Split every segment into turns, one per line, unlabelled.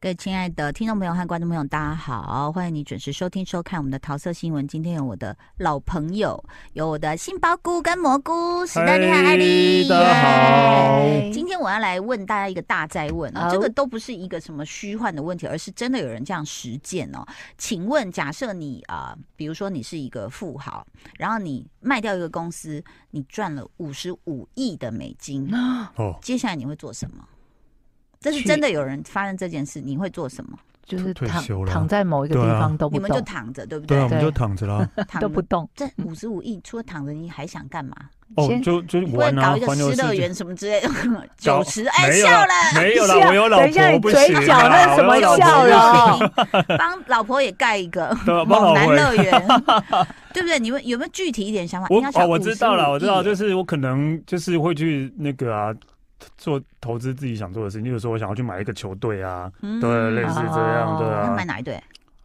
各位亲爱的听众朋友和观众朋友，大家好！欢迎你准时收听、收看我们的桃色新闻。今天有我的老朋友，有我的杏鲍菇跟蘑菇，史丹利和艾丽。
嗨大
哎
家好
耶今天我要来问大家一个大灾问哦，
好
这个都不是一个什么虚幻的问题，而是真的有人这样实践哦。请问，假设你啊、呃比如说你是一个富豪，然后你卖掉一个公司，你赚了五十五亿的美金，
哦，
接下来你会做什么？这是
去
真的有人发生这件事，你会做什么？
就是
退
躺
休了
躺在某一个地
对啊
方都
你
不
们就
动，
躺着，对不
对啊，我
对？
们就躺着啦。
躺
都不动，
这五十五亿，除了躺着，你还想干嘛？
哦
先，
就就
不会
玩啊
搞一，个
环游
失
世
乐
界。
园什么之类的？
搞
九十，哎，
没有
笑
啦
了。
没有啦
等一，下
我有老
啊等一下
婆，
你
不
嘴
行啊。
角那是什么
我有老婆
笑
不
容
行
了，帮老婆也盖一个
对啊帮
猛
老
男
婆也
乐 园，对不对？你们有没有具体一点想法？
我
你要想
哦，我知道了，
55
我知道，
亿
就是我可能就是会去那个啊，做投资自己想做的事情。例如说，我想要去买一个球队啊，
嗯哦
对，类似这样，对
那
啊
买。哪一队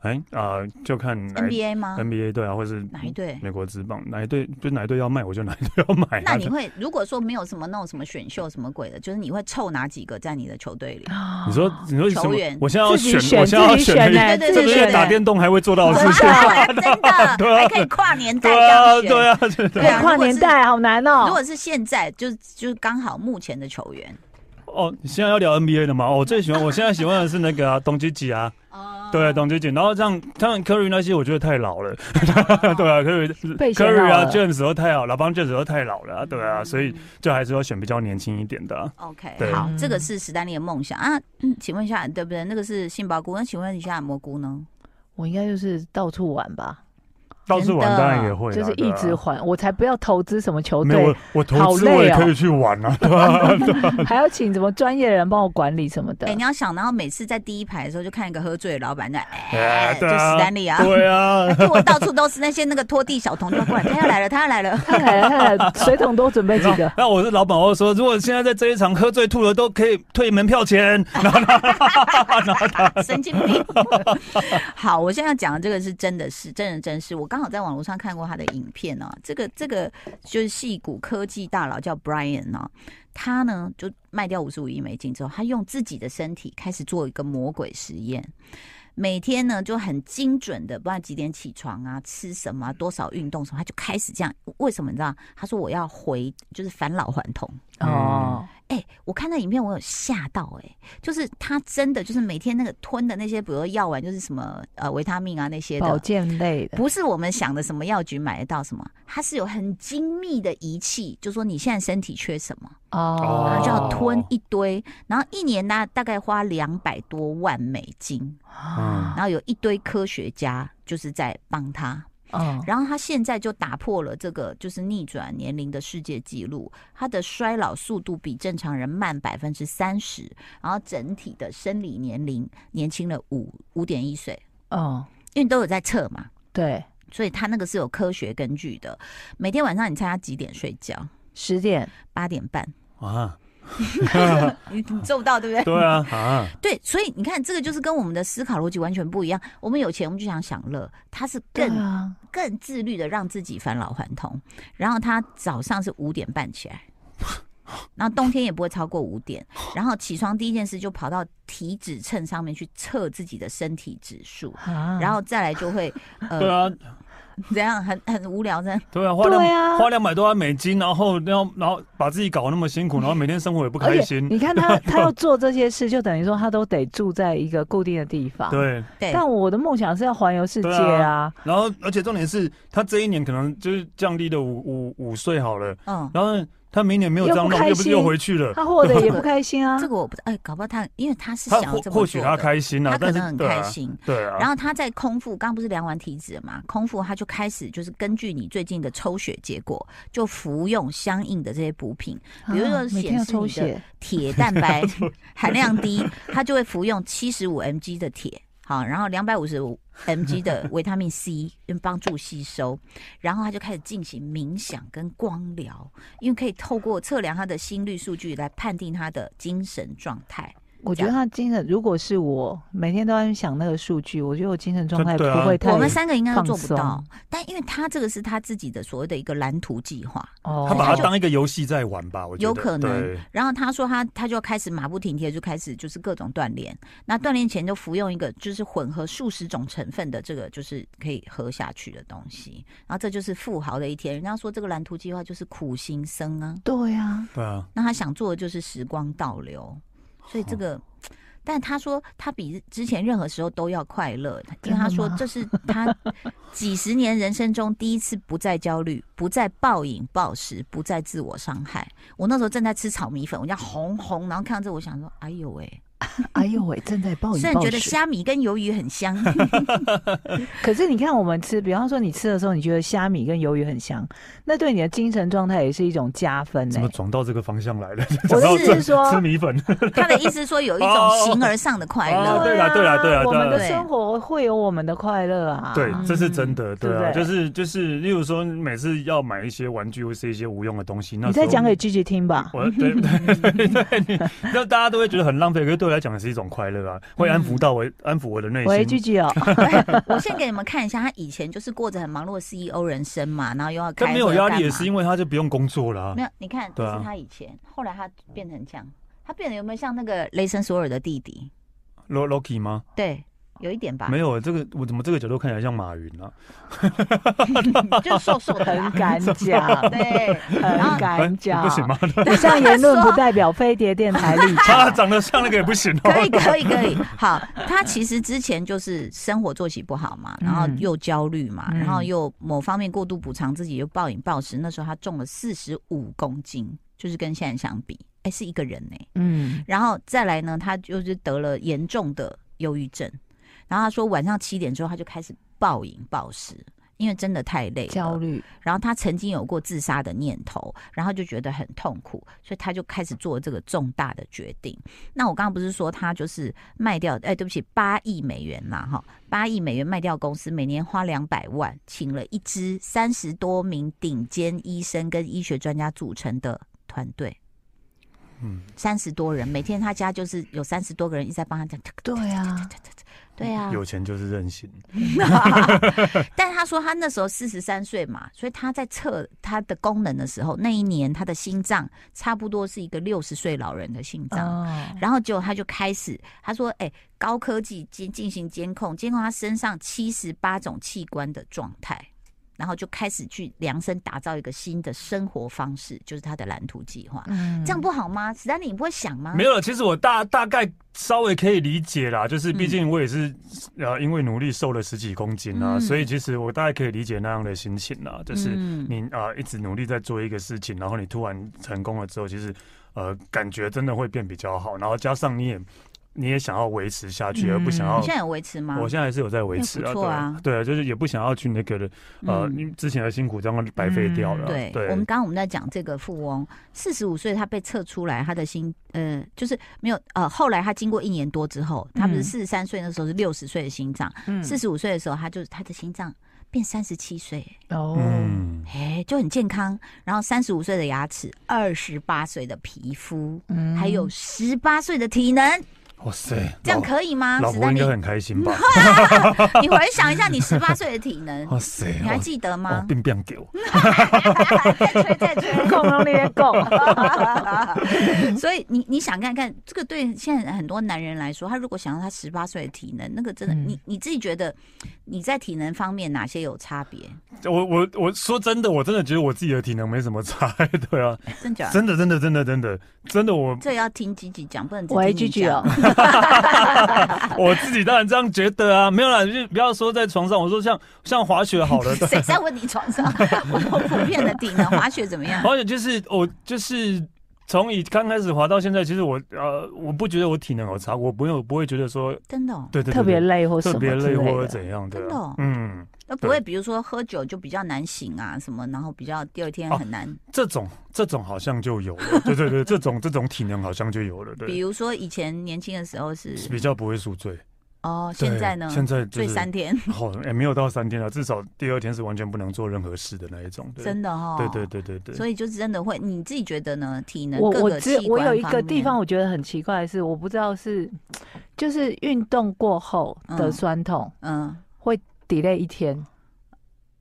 哎啊，就看哪一
？NBA 吗？
NBA 队啊，或是
哪一队？
美国职棒哪一队，就哪一队要卖，我就哪一队要买
那
啊。
你会如果说没有什么那种什么选秀什么鬼的，就是你会凑哪几个在你的球队里？
你说你说什
球
么
员？
我现在要
自己
选，我现在要
自己选欸
那
呢，
对对
这
自
不
对
己
是
选
对
打
呢，
电动还会做到的事
真
情。
的真的，
对啊
还可以跨 年代
对
这样
啊，
选
对啊，啊真的
对啊
跨年代好难
如
哦。
果是现在，就就是刚好目前的球员，
哦，你现在要聊 NBA 的吗？哦，我最喜 欢，我现在喜欢的是那个啊，董吉吉啊，
哦
对，董吉吉。然后像像 Curry 那些，我觉得太老了， 对啊，Curry
哦被选
Curry
老
啊
了嗯
，James 都太老，老帮 James 都太老了啊，对啊，所以就还是要选比较年轻一点的啊。
嗯 OK，
对
好，
嗯
这个是史丹利的梦想啊。嗯请问一下，对不对？那个是杏鲍菇，那请问一下蘑菇呢？
我应该就是到处玩吧，
到处玩当然也会啦，
就是一直
对啊
玩，我才不要投资什么球
没有
队
我，我投
好
资
累
我也
哦
可以去玩啊，对 吧？
还要请什么专业的人帮我管理什么的
哎，。你要想，然后每次在第一排的时候，就看一个喝醉的老板在，哎
哎，
就
对啊
史丹利啊，
对啊，。
结果到处都是那些那个拖地小童就过来，他要来了，他要来了。
他来了，他 来了，水桶多准备几个
那我是老板，我就说，如果现在在这一场喝醉吐了，都可以退门票 钱。
神经病。好，我现在讲的这个是真的是真人真事，我刚好在网络上看过他的影片哦、这个这个就是戏骨科技大佬叫 Brian 哦、他呢就卖掉五十五亿美金之后，他用自己的身体开始做一个魔鬼实验。每天呢就很精准的，不知道几点起床啊，吃什么啊、多少运动什么，他就开始这样。为什么你知道？他说我要回，就是返老还童。
嗯
哦，
哎、我看那影片，我有吓到哎、就是他真的就是每天那个吞的那些，比如说药丸，就是什么呃维他命啊那些
保
的，
健类的，
不是我们想的什么药局买得到什么，它是有很精密的仪器，就说你现在身体缺什么，
哦，
然后就要
哦
吞一堆，然后一年呢大概花两百多万美金，
啊
嗯
然后有一堆科学家就是在帮他。
嗯，
然后他现在就打破了这个就是逆转年龄的世界纪录，他的衰老速度比正常人慢百分之三十，然后整体的生理年龄年轻了五五点一岁，
嗯，
因为都有在测嘛，
对，
所以他那个是有科学根据的。每天晚上你猜他几点睡觉？
十点，
八点半，
啊，
你你做不到对不对？
对啊，啊，
对，所以你看这个就是跟我们的思考逻辑完全不一样。我们有钱我们就想享乐，他是
对
更
啊，
更自律的让自己返老还童。然后他早上是五点半起来，然后冬天也不会超过五点。然后起床第一件事就跑到体脂秤上面去测自己的身体指数，
啊
然后再来就 会
嗯对
呃
啊，
怎样很很无聊的。
对啊，花两、
对啊
花两百多万美金，然后然后然后把自己搞得那么辛苦，然后每天生活也不
而
开
且
心，
你 看他，他要做这些事，就等于说他都得住在一个固定的地方。。
对，
对，
但我的梦想是要环游世界
对
啊！
然后而且重点是他这一年可能就是降低了五五五岁好了，
嗯，
然后他明年没有这样
又不
弄，
开
又不是
心
又回去了，
他获得也不开心啊。
这个我不知哎，搞不好他因为他是
他
想要
或
这么
或许
做
他
的
开心啊
他，可
但是
能很
对
开
啊，
心。
对啊，
然后他在空腹，刚不是量完体脂嘛？空腹他就开始就是根据你最近的抽血结果，就服用相应的这些补品，比如说
啊每天要
显示
抽
你的
血，
铁蛋 白含量低，他就会服用七十五 mg 的铁，好，然后两百五十五 mg 的维他命 C，用帮助吸收，然后他就开始进行冥想跟光疗，因为可以透过测量他的心率数据来判定他的精神状态。
我觉得他精神，如果是我每天都在想那个数据，我觉得我精神状态不
对啊
会太
我们三个应该都
放
做不
松
到，但因为他这个是他自己的所谓的一个蓝图计划，
哦
他把
就
它当一个游戏在玩吧，我觉得
有可能
对
然后他说他他就开始马不停蹄地就开始就是各种锻炼，那锻炼前就服用一个就是混合数十种成分的这个就是可以喝下去的东西，然后这就是富豪的一天。人家说这个蓝图计划就是苦行僧啊，
对呀、
对啊，
那他想做的就是时光倒流，所以这个。但他说他比之前任何时候都要快乐，因为他说
真的吗
这是他几十年人生中第一次不再焦虑，不再暴饮暴食，不再自我伤害。我那时候正在吃炒米粉，我家红红，然后看到这我想说，哎呦喂、
哎呦 喂，正在暴饮
虽然
暴
觉得
食。
虾米跟鱿鱼很香，
可是你看，我们吃，比方说你吃的时候，你觉得虾米跟鱿鱼很香，那对你的精神状态也是一种加分欸呢、
怎么转到这个方向来了？
我
转到
的 意思
这
是说，
吃米粉，
他的意思说有一种形而上的快
哦
乐。
对啦对啦对啦
啊我们的
对
生活会有我我们的快乐啊。
对，这是真的，对啊，
对
就
不对
是就是，例如说每次要买一些玩具或是一些无用的东西，那
你
时候
再讲给 Gigi 听吧。
我对对对对，你那大家都会觉得很浪费，可是对我来讲也是一种快乐啊，会安
嗯
抚到我，安抚我的内
喂
心。
，Gigi 哦，
我先给你们看一下，他以前就是过着很忙碌的 CEO 人生嘛，然后又要开
但
会
没有压力
干
也
嘛
是因为他就不用工作了啊
没。有，你看，
对
这
啊
是他以前，后来他变成这样，他变得有没有像那个雷神索尔的弟弟？
Lo- Loki 吗？
对，有一点吧，
没有，这个我怎么这个角度看起来像 马云啊？
就瘦瘦的啦
很。敢讲，
对，然
很
后
敢讲，
哎不行吗？
以上言论 不代表飞碟电台 立
他
场。
长得像那个也不行
可
哦。
以，可以，可以。好，他其实之前就是生活作息不好嘛，然后
嗯
又焦虑嘛，
嗯
然后又某方面过度补偿自己，又暴饮暴食。那时候他重了四十五公斤，就是跟现在相比，哎，是一个人呢、
嗯，
然后再来呢，他就是得了严重的忧郁症，然后他说晚上七点之后他就开始暴饮暴食，因为真的太累
焦
了。
虑，
然后他曾经有过自杀的念头，然后就觉得很痛苦，所以他就开始做这个重大的决定。那我刚刚不是说他就是卖掉，哎，对不起，八亿美元啦，哈，八亿美元卖掉公司，每年花两百万，请了一支三十多名顶尖医生跟医学专家组成的团队。
嗯，
三十多人，每天他家就是有三十多个人一直在帮他讲。
对啊，
对啊，
有钱就是任性。
但他说他那时候四十三岁嘛，所以他在测他的功能的时候，那一年他的心脏差不多是一个六十岁老人的心脏。
哦，
然后结果他就开始，他说：“哎、高科技进进行监控，监控他身上七十八种器官的状态，然后就开始去量身打造一个新的生活方式，就是他的蓝图计划。
嗯
这样不好吗？史丹利，你不会想吗？
没有，其实我大大概稍微可以理解啦，就是
嗯
毕竟我也是、呃，因为努力瘦了十几公斤啊，
嗯
所以其实我大概可以理解那样的心情啦，就是
嗯
你啊、呃一直努力在做一个事情，然后你突然成功了之后，其实呃感觉真的会变比较好，然后加上你也你也想要维持下去，
嗯
而不想
你
要
现。在有维持吗？
哦我现在还是有在维持
那
啊，
不错啊
对对，就是也不想要去那个的呃，
嗯
因为之前的辛苦这样白费掉了啊。
对，我们刚刚我们在讲这个富翁，四十五岁他被测出来，他的心呃就是没有呃，后来他经过一年多之后，他不是
嗯
四十三岁那时候是六十岁的心脏，
嗯
四十五岁的时候他就他的心脏变三十七岁，
哦，
嗯，
哎、就很健康。然后三十五岁的牙齿，二十八岁的皮肤，
嗯
还有十八岁的体能，
哇塞，
哦这样
老
可以吗？
老
史
婆
丹
应
利
该，很开 心吧？，
你回想一下你十八岁的体能
哇塞，
你还记得
哦
吗，？
并不想给我。哦
再吹再吹。
共用力 共，
所以你你想看看，这个对现在很多男人来说，他如果想要他十八岁的体能，那个真的，
嗯
你你自己觉得你在体能方面哪些有差别？
我我我说真的，我真的觉得我自己的体能没什么差， 对啊，
真假的？
真的真的真的真的真的，我
这个要听吉吉讲，不能只
喂
听你
，Gigi 哦
讲。，
我自己当然这样觉得啊，没有啦，就是不要说在床上，我说像像滑雪好 了，
谁在问你床上？ 我我普遍的体能滑雪怎么样？
滑雪就是我就是从以刚开始滑到现在，其实我呃我不觉得我体能有差，我不用不会觉得说
真的、哦，
对对对
特别
对
累或什
特
么
别
之
累
类
或者
的。
怎样的
真的哦，
嗯，
那不会，比如说喝酒就比较难醒啊，什么，然后比较第二天很难。
这种这种好像就有 了，对对对，这种这种体能好像就有了，
比
对，
如说以前年轻的时候是
比较不会宿醉。
哦，
对
现在呢？
现在就
睡
是
三天，
好，也、没有到三天了，至少第二天是完全不能做任何事的那一种。对
真的哦。
对对对对对。
所以就是真的会，你自己觉得呢？体能
我
各
我
个
只
器
我
官
有一
方
个地
面
方我觉得很奇怪的是，我不知道是就是运动过后的
嗯
酸痛
嗯。
会 delay 一天。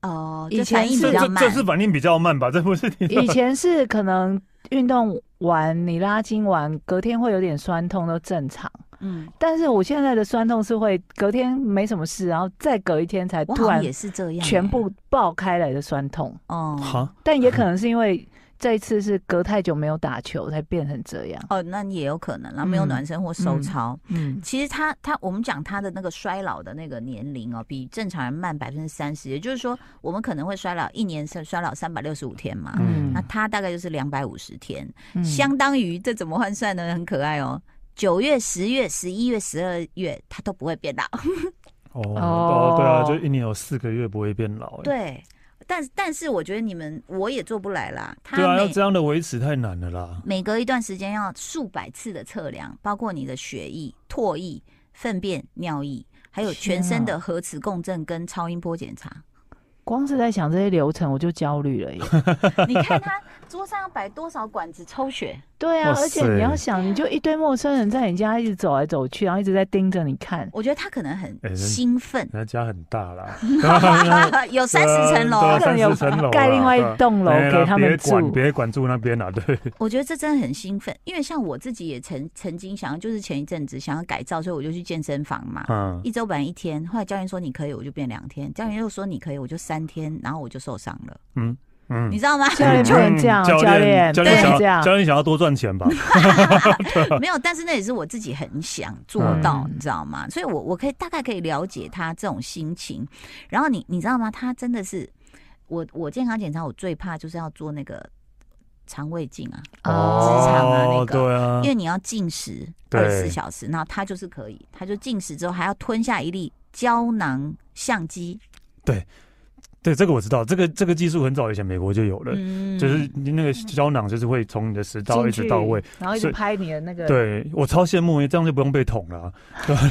哦，
以
就反
前
应
是
比较
这
慢，
这是反应比较慢吧？ 这不是你
以前是可能运动完你拉筋完，隔天会有点酸痛都正常，
嗯，
但是我现在的酸痛是会隔天没什么事，然后再隔一天才
我
突
好像
然
也是这样欸，
全部爆开来的酸痛，
哦
哈，
但也可能是因为这一次是隔太久没有打球才变成这样。
哦，那也有可能啦，没有
嗯
暖身或收
嗯
操。
嗯，
其实他他，我们讲他的那个衰老的那个年龄哦，比正常人慢百分之三十，也就是说，我们可能会衰老一年是衰老三百六十五天嘛，
嗯
那他大概就是两百五十天，
嗯
相当于这怎么换算呢？很可爱哦。九月、十月、十一月、十二月，他都不会变老。
哦，
哦
对啊，就一年有四个月不会变老、哎，
对，但但是我觉得你们我也做不来啦。他
对啊，要
每
这样的维持太难了啦。
每隔一段时间要数百次的测量，包括你的血液、唾液、粪便、尿液，还有全身
天
的核磁共振跟超音波检 查。
光是在想这些流程我就焦 虑了耶。
你看他桌上要摆多少管子抽血，
对啊
哇，塞
而且你要想，你就一堆陌生人在你家一直走来走去，然后一直在盯着你看。
我觉得他可能
哎
很
人。
兴 奋
人家家很大 啦，
有哎三十层
对
楼
啊，
可能有
30层楼啦
盖另外一栋楼
哎呀
给他们
别
住
管，。别管住那边啦，啊对，
我觉得这真的很兴奋，因为像我自己也曾曾经想要，就是前一阵子想要改造，所以我就去健身房嘛，
嗯，
一周本来一天，后来教练说你可以，我就变两天，教练又说你可以，我就三天，然后我就受伤了，
嗯嗯
你知道吗？
教练不能这样，
嗯
教练
教
不
练
对
想
能这
要
样。
教练想要多赚钱吧？
没有，但是那也是我自己很想做到，
嗯
你知道吗？所以我我可以大概可以了解他这种心情。然后你你知道吗？他真的是我我健康检查，我最怕就是要做那个肠胃镜啊，
哦
职场啊那个
对啊
因，为你要禁食
对
二十四小时，然后他就是可以，他就禁食之后还要吞下一粒胶囊相机，
对这个我知道，这个这个技术很早以前美国就有了，
嗯
就是你那个胶囊就是会从你的食道一
进
直
去
到胃。，
然后一
所
直
以
拍你的那个。，
对我超羡慕，因为这样就不用被捅了 啊。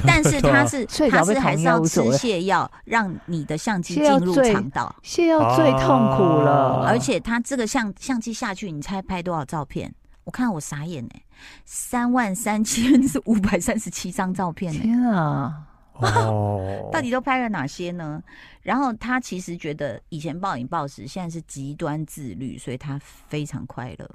但 是他是
睡着
他
被
是还
糖
是
尿
要
无
吃
所谓
泻药，让你的相机
泻药
进入
最
肠道，
泻药最痛苦了，
啊
而且他这个相相机下去，你猜拍多少照片？我看我傻眼哎、三万三千是五百三十七张照片呢、，
天啊，
哦
到底都拍了哪些呢？然后他其实觉得以前暴饮暴食，现在是极端自律，所以他非常快乐。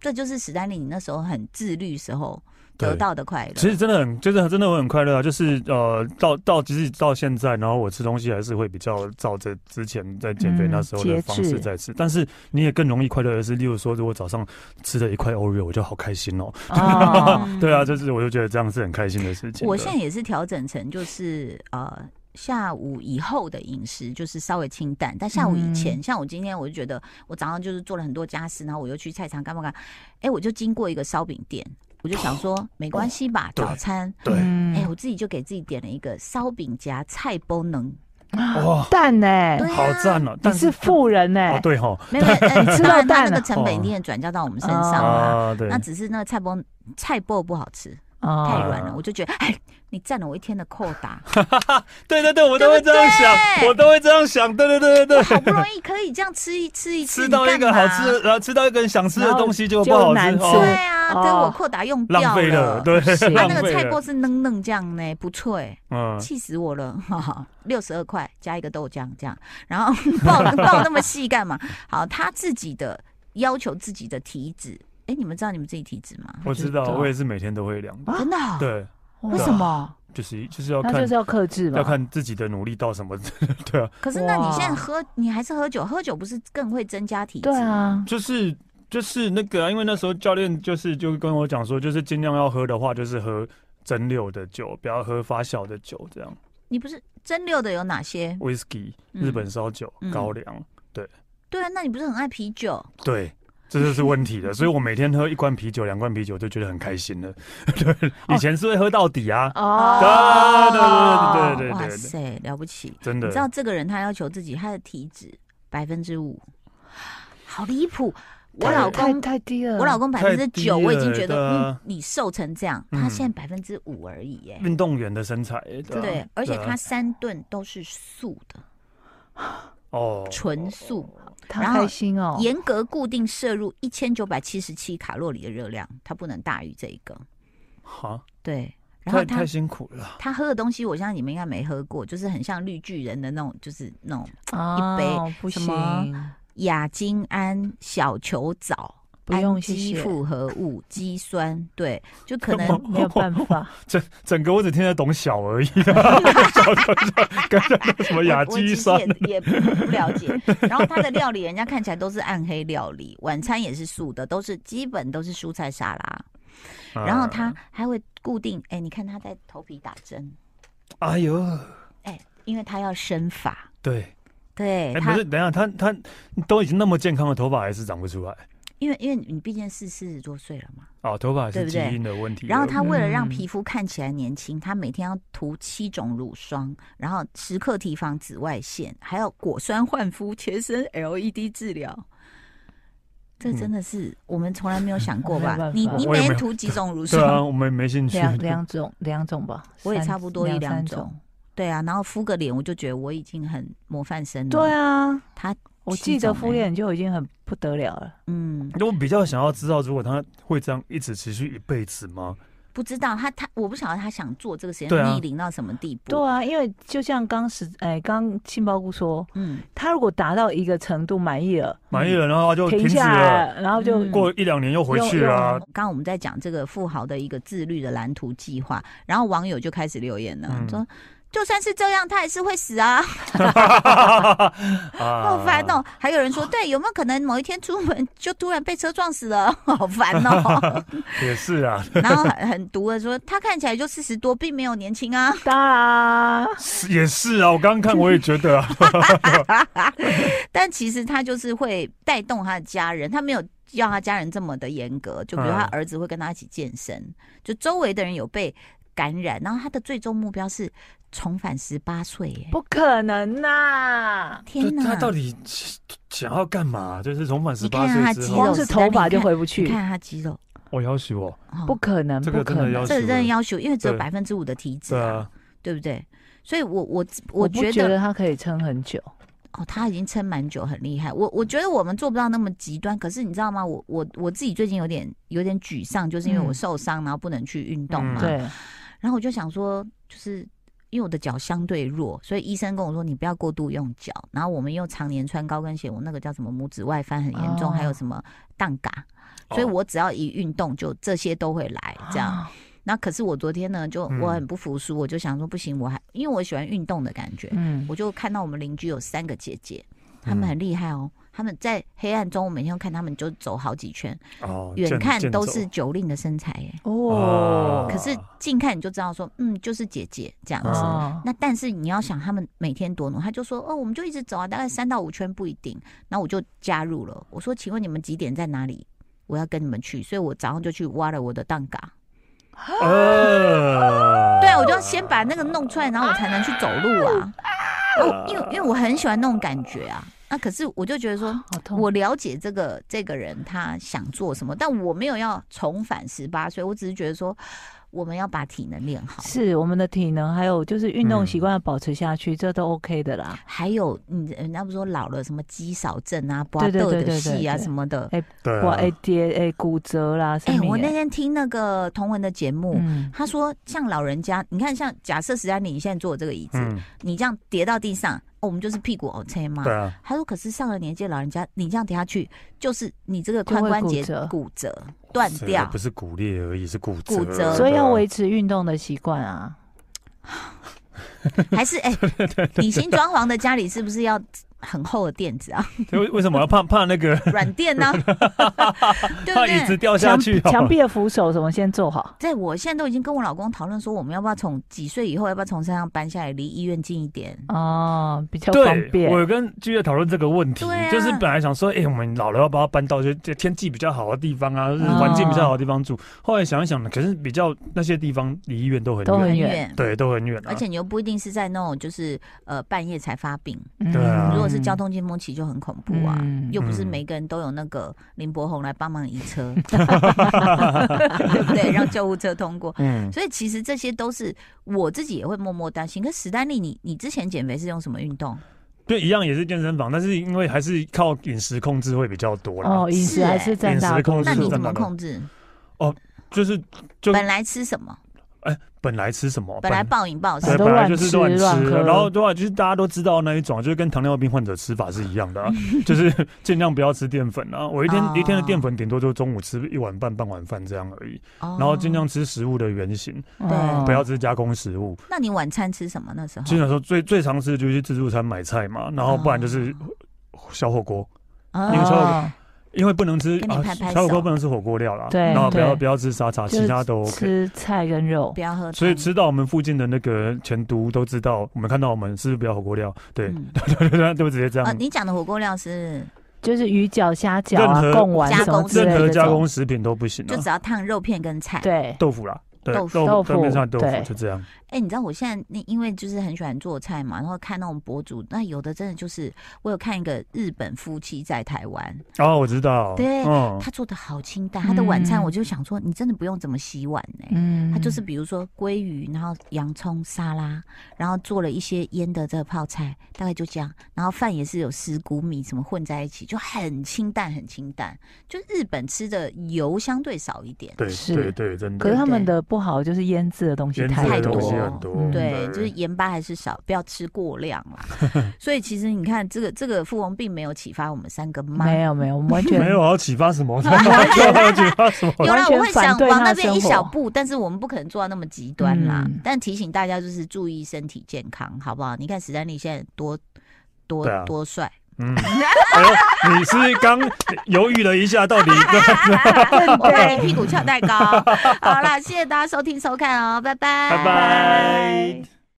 这就是史丹利你那时候很自律时候得
对
到的快乐。
其实真的很，就是真的会很快乐啊！就是呃，到到即使到现在，然后我吃东西还是会比较照着之前在减肥
嗯
那时候
节
的方
制
式在
嗯
吃，但是你也更容易快乐的是，例如说，如果早上吃了一块 Oreo，我就好开心哦。
哦，
嗯
对啊，就是我就觉得这样是很开心的事情了。
我现在也是调整成就是呃下午以后的饮食就是稍微清淡，但下午以前，像我今天我就觉得我早上就是做了很多家事，然后我又去菜场干嘛干嘛，哎，我就经过一个烧饼店，我就想说没关系吧，
对
早餐，
对
哎，
嗯，
我自己就给自己点了一个烧饼夹菜包能，
哇，
蛋呢？
嗯对啊
好赞哦！
你
但
是富人呢
哦，？对哈
没有，没有呃当
吃到
然它那
蛋了
个成本一
哦
定转嫁到我们身
哦
上啦。
啊，对
那，只是那个菜包菜包不好吃，太
哦，
软了，我就觉得哎，你占了我一天的扣打。
对对对，我都会这样想，
对
我都会这样想，对对对对对。
好不容易可以这样吃一吃一次，
吃到一个好吃，的，然后吃到一个很想吃的
然后
东西，结果
就
不好
难
吃，
吃
你干嘛对
哦，
啊，
哦
跟我扩达用掉
浪费了，对，
行
它
浪
那个
费
菜
了
锅是嫩嫩酱呢，不脆，
嗯，
气死我了！ 哈哈，六十二块加一个豆浆这样，然后爆爆那么细干嘛？ 好，他自己的要求自己的体脂，哎，你们知道你们自己体脂吗？
我知道，
知道
我也是每天都会量的。
啊
真的哦？
对，
为什么？
就是就是要
那
看
就是要克制吧，
要看自己的努力到什么。 对啊，
可是那你
哇
现在喝，你还是喝酒，喝酒不是更会增加体脂？
对，啊，
就是就是那个啊、因为那时候教练就是就跟我讲说，就是尽量要喝的话，就是喝蒸馏的酒，不要喝发酵的酒，这样
你不是蒸馏的有哪些？
whisky、
嗯
日本烧酒、
嗯
高粱，
对啊，那你不是很爱啤酒？
对。这就是问题了，所以我每天喝一罐啤酒、两罐啤酒就觉得很开心了。 对，
哦
以前是会喝到底啊，
哦，
对对对对对
哇塞，了不起！
真
你
的
知。道这个人他要求自己他的体脂百分之五，好离谱！我老
太
公
太低了，
我老公百分之
太低
九，我已经
了
觉得、
对啊
嗯、你瘦成这样，
嗯
他现在百分之五而已耶、
运动员的身材，
对
啊
而且
对啊
他三顿都是素的，
哦，
纯素，
他
然后
开心哦，
严格固定摄入一千九百七十七卡路里的热量，它不能大于这一个。
哈，
对，然后
太
他
太辛苦了，
他喝的东西，我相信你们应该没喝过，就是很像绿巨人的那种，就是那种
啊
一杯
不
什么
行，
亚精胺小球藻。
不用
氨
谢
基
谢，
复合物、肌酸，对，就可能
没有办 法，
整整个我只听得懂小 而已， 小小小，刚才那什么
我
亚
我其
基
实
酸，
也也不了解。然后它的料理，人家看起来都是暗黑料理， 晚餐也是素的，都是基本都是蔬菜沙拉。然后他
啊，
还会固定，哎、你看他在头皮打针，
哎呦，
哎、因为他要生发，
对，
对
哎，不
他
是，，等一下，他他都已经那么健康的头发还是长不出来
因为因为你毕竟是四十多岁了嘛，
哦，头发还
对
是
不
基
对
因的问题了。
然后他为了让
嗯
皮肤看起来年轻，他每天要涂七种乳霜，然后时刻提防紫外线，还有果酸焕肤、全身 LED 治疗。这
嗯
真的是我们从来没有想过
没有
吧
办？
你
法
你
我
每
也没
天
有
涂几种乳
对
霜？
啊，我们没兴趣。
两两种两种吧，
我也
三
差不多一
两三
两种对啊，然后敷个脸，我就觉得我已经很模范生了。
对，啊，
他
我
七
记得
种
敷
欸
脸就已经很不得了了。
嗯，
我比较想要知道，如果他会这样一直持续一辈子吗？
不知道他他，我不晓得他想做这个实验
对啊
逆龄到什么地步。
对啊，因为就像刚时哎，刚杏鲍菇说，
嗯，
他如果达到一个程度满意了，
满意了，然后他就停止
下
了，
来，然后就
嗯
过一两年又回去啦。
刚刚我们在讲这个富豪的一个自律的蓝图计划，然后网友就开始留言了，
嗯
说。就算是这样，他也是会死啊， 好
好
烦！哦！还有人说，对，有没有可能某一天出门就突然被车撞死了？好烦哦！
也是啊，
然后很很毒的说，他看起来就四十多，并没有年轻啊。
当然
是也是啊，我刚刚看我也觉得啊，
但其实他就是会带动他的家人，他没有要他家人这么的严格。就比如他
嗯
儿子会跟他一起健身，就周围的人有被感染，然后他的最终目标是重返十八岁耶！
不可能呐、
就
天
他
哪！
到底想要干嘛？就是从满十
你
八
看看他
岁之
肌
后
肉
光，是头发就回不
你
去，
看他肌肉，
我要许我，
哦
不可能，
这个
不可
真的
能
要。
这真的
是
要求，因为只有
对
百分之五的体脂
对
啊
啊，，
对不对？所以我我
我
我
不
觉
觉
得
得他可以撑很久，
哦，他已经撑蛮久，很厉害。我我觉得我们做不到那么极端，可是你知道吗？我我我自己最近有点有点沮丧，就是因为我
嗯
受伤，然后不能去运动嘛。
嗯
对，
然后我就想说，就是因为我的脚相对弱，所以医生跟我说你不要过度用脚。然后我们又常年穿高跟鞋，我那个叫什么拇指外翻很严重，
哦
还有什么荡嘎，所以
哦
我只要一运动就这些都会来这样。
啊，
那可是我昨天呢，就
嗯
我很不服输，我就想说不行，我还因为我喜欢运动的感觉，
嗯，
我就看到我们邻居有三个姐姐，她
嗯
们很厉害哦。她们在黑暗中，我每天都看她们就走好几圈，
哦，
远
健
看
健
都
走
是九令的身材耶。
啊，
哦
可是近看你就知道说，嗯，就是姐姐这样子。
啊
哦，
那但是你要想，他们每天多努，他就说哦，我们就一直走啊，大概三到五圈不一定。那我就加入了，我说，请问你们几点在哪里？我要跟你们去，所以我早上就去挖了我的蛋嘎。
呃，
对啊，我就要先把那个弄出来，然后我才能去走路啊。哦，因为因为我很喜欢那种感觉啊。那可是我就觉得说，
好痛，
我了解这个这个人他想做什么，但我没有要重返十八岁，我只是觉得说，我们要把体能练好。
是我们的体能，还有就是运动
嗯
习惯要保持下去，这都 OK 的啦。
还有，你人家不说老了什么肌少症啊、不
对对
痘
对
的
对对
戏啊
对
什么的。
对啊
哇，哎跌哎骨折啦，
哎、
生命
我那
哎
天听那个同文的节目，
嗯，
他说像老人家，你看像假设史丹你现在坐这个椅子，
嗯，
你这样跌到地上，哦，我们就是屁股 OK 嘛。
对啊，
他说，可是上了年纪的老人家，你这样跌下去，就是你这个
就会
髋关节
骨折
骨折断
这个
掉
不。是骨裂而已，是骨折，
骨折
所以
对啊
要维持运动的习惯啊。
还是哎，你新装潢的家里是不是要很厚的垫子啊？
为为什么要怕怕那个
软垫呢？ 对
怕椅
不
子
对？
掉下
墙
去？哦
墙壁的扶手什么先做好。
在我现在都已经跟我老公讨论说，我们要不要从几岁以后要不要从山上搬下来，离医院近一点？
哦，比较方
对，
便。
我有跟剧月讨论这个问题，
对啊
就是本来想说，哎、我们老了要把它搬到就就天气比较好的地方啊，就是
哦
环境比较好的地方住。后来想一想，可是比较那些地方离医院都很
都很
远，
远
对，都很远、啊。
而且你又不一定是在那种就是呃半夜才发病，
嗯
对啊
如果是交通尖峰期就很恐怖啊，
嗯
又不是
嗯
每个人都有那个林柏宏来帮忙移 车，对不对？让救护车通过。
嗯，
所以其实这些都是我自己也会默默担心。可史丹利，你你之前减肥是用什么运动？
对，一样也是健身房，但是因为还是靠饮食控制会比较多啦。
哦，饮食还是占大多
不是
数
那你
在
怎么
哪个
控制？
就是就
本来吃什么？
本来吃什么，
本来暴饮暴食
对，
很，多
本来
乱
就是
吃
乱吃
乱，喝
然后的话就是大家都知道那一种，就是跟糖尿病患者吃法是一样的、啊，就是尽量不要吃淀粉啊。我一天、
哦
一天的淀粉顶多就中午吃一碗半半碗饭这样而已，
然
然后尽量吃食物的原型，
对
嗯
不要吃加工食物。
那你晚餐吃什么？那时候
基本上说最最常吃的就是去自助餐买菜嘛，然后不然就是小火锅，
哦
因为说因为不能吃
给你
啊
拍拍，
小
手
火锅不能吃火锅料啦，
对
然后不要
对
不要吃沙茶，
就是
其他都 OK。
吃菜跟肉
不，要喝汤，
所以吃到我们附近的那个前都都知道，我们看到我们是不是不要火锅料？对，
嗯
对，就直接这
呃，
样。
你讲的火锅料是
就是鱼饺、虾饺啊、
任何
贡丸什么之类
任
的
何
这
加
种，
工食品都不行
就
啊
只，要烫肉片跟菜。
对，
豆腐啦，对，
豆
豆
腐
豆腐
豆面上的豆
对
腐就这样。
哎、你知道我现在那因为就是很喜欢做菜嘛，然后看那种博主，那有的真的就是我有看一个日本夫妻在台湾，
哦，我知道，
对
嗯，
他做的好清淡，他的晚餐
嗯
我就想说，你真的不用怎么洗碗呢、
嗯
他就是比如说鲑鱼，然后洋葱沙拉，然后做了一些腌的这个泡菜，大概就这样。然后饭也是有石谷米什么混在一起，就很清淡，很清淡。就日本吃的油相对少一点，
对
是
对对，真的
可是他们
对
的不好就是腌制的东西
腌制
太
的
多
东西很多，
嗯
对，就是盐巴还是少，不要吃过量啦。 所以其实你看，这个这个富翁并没有启发我们三个妈。
没有没有，我们完全
没有要启发什么，没有要启发什么。
有啦，
完全
我会
反
想
对
往
他
那
的
边
生
一小
活
步，但是我们不可能做到那么极端啦。
嗯
但提醒大家就是注意身体健康，好不好？你看史丹利现在多多、
对啊
多 帅，
嗯，哎呦，你是刚犹豫了一下，到底
我怕你 屁股翘太高。好啦，谢谢大家收听收看哦，拜拜，
拜拜。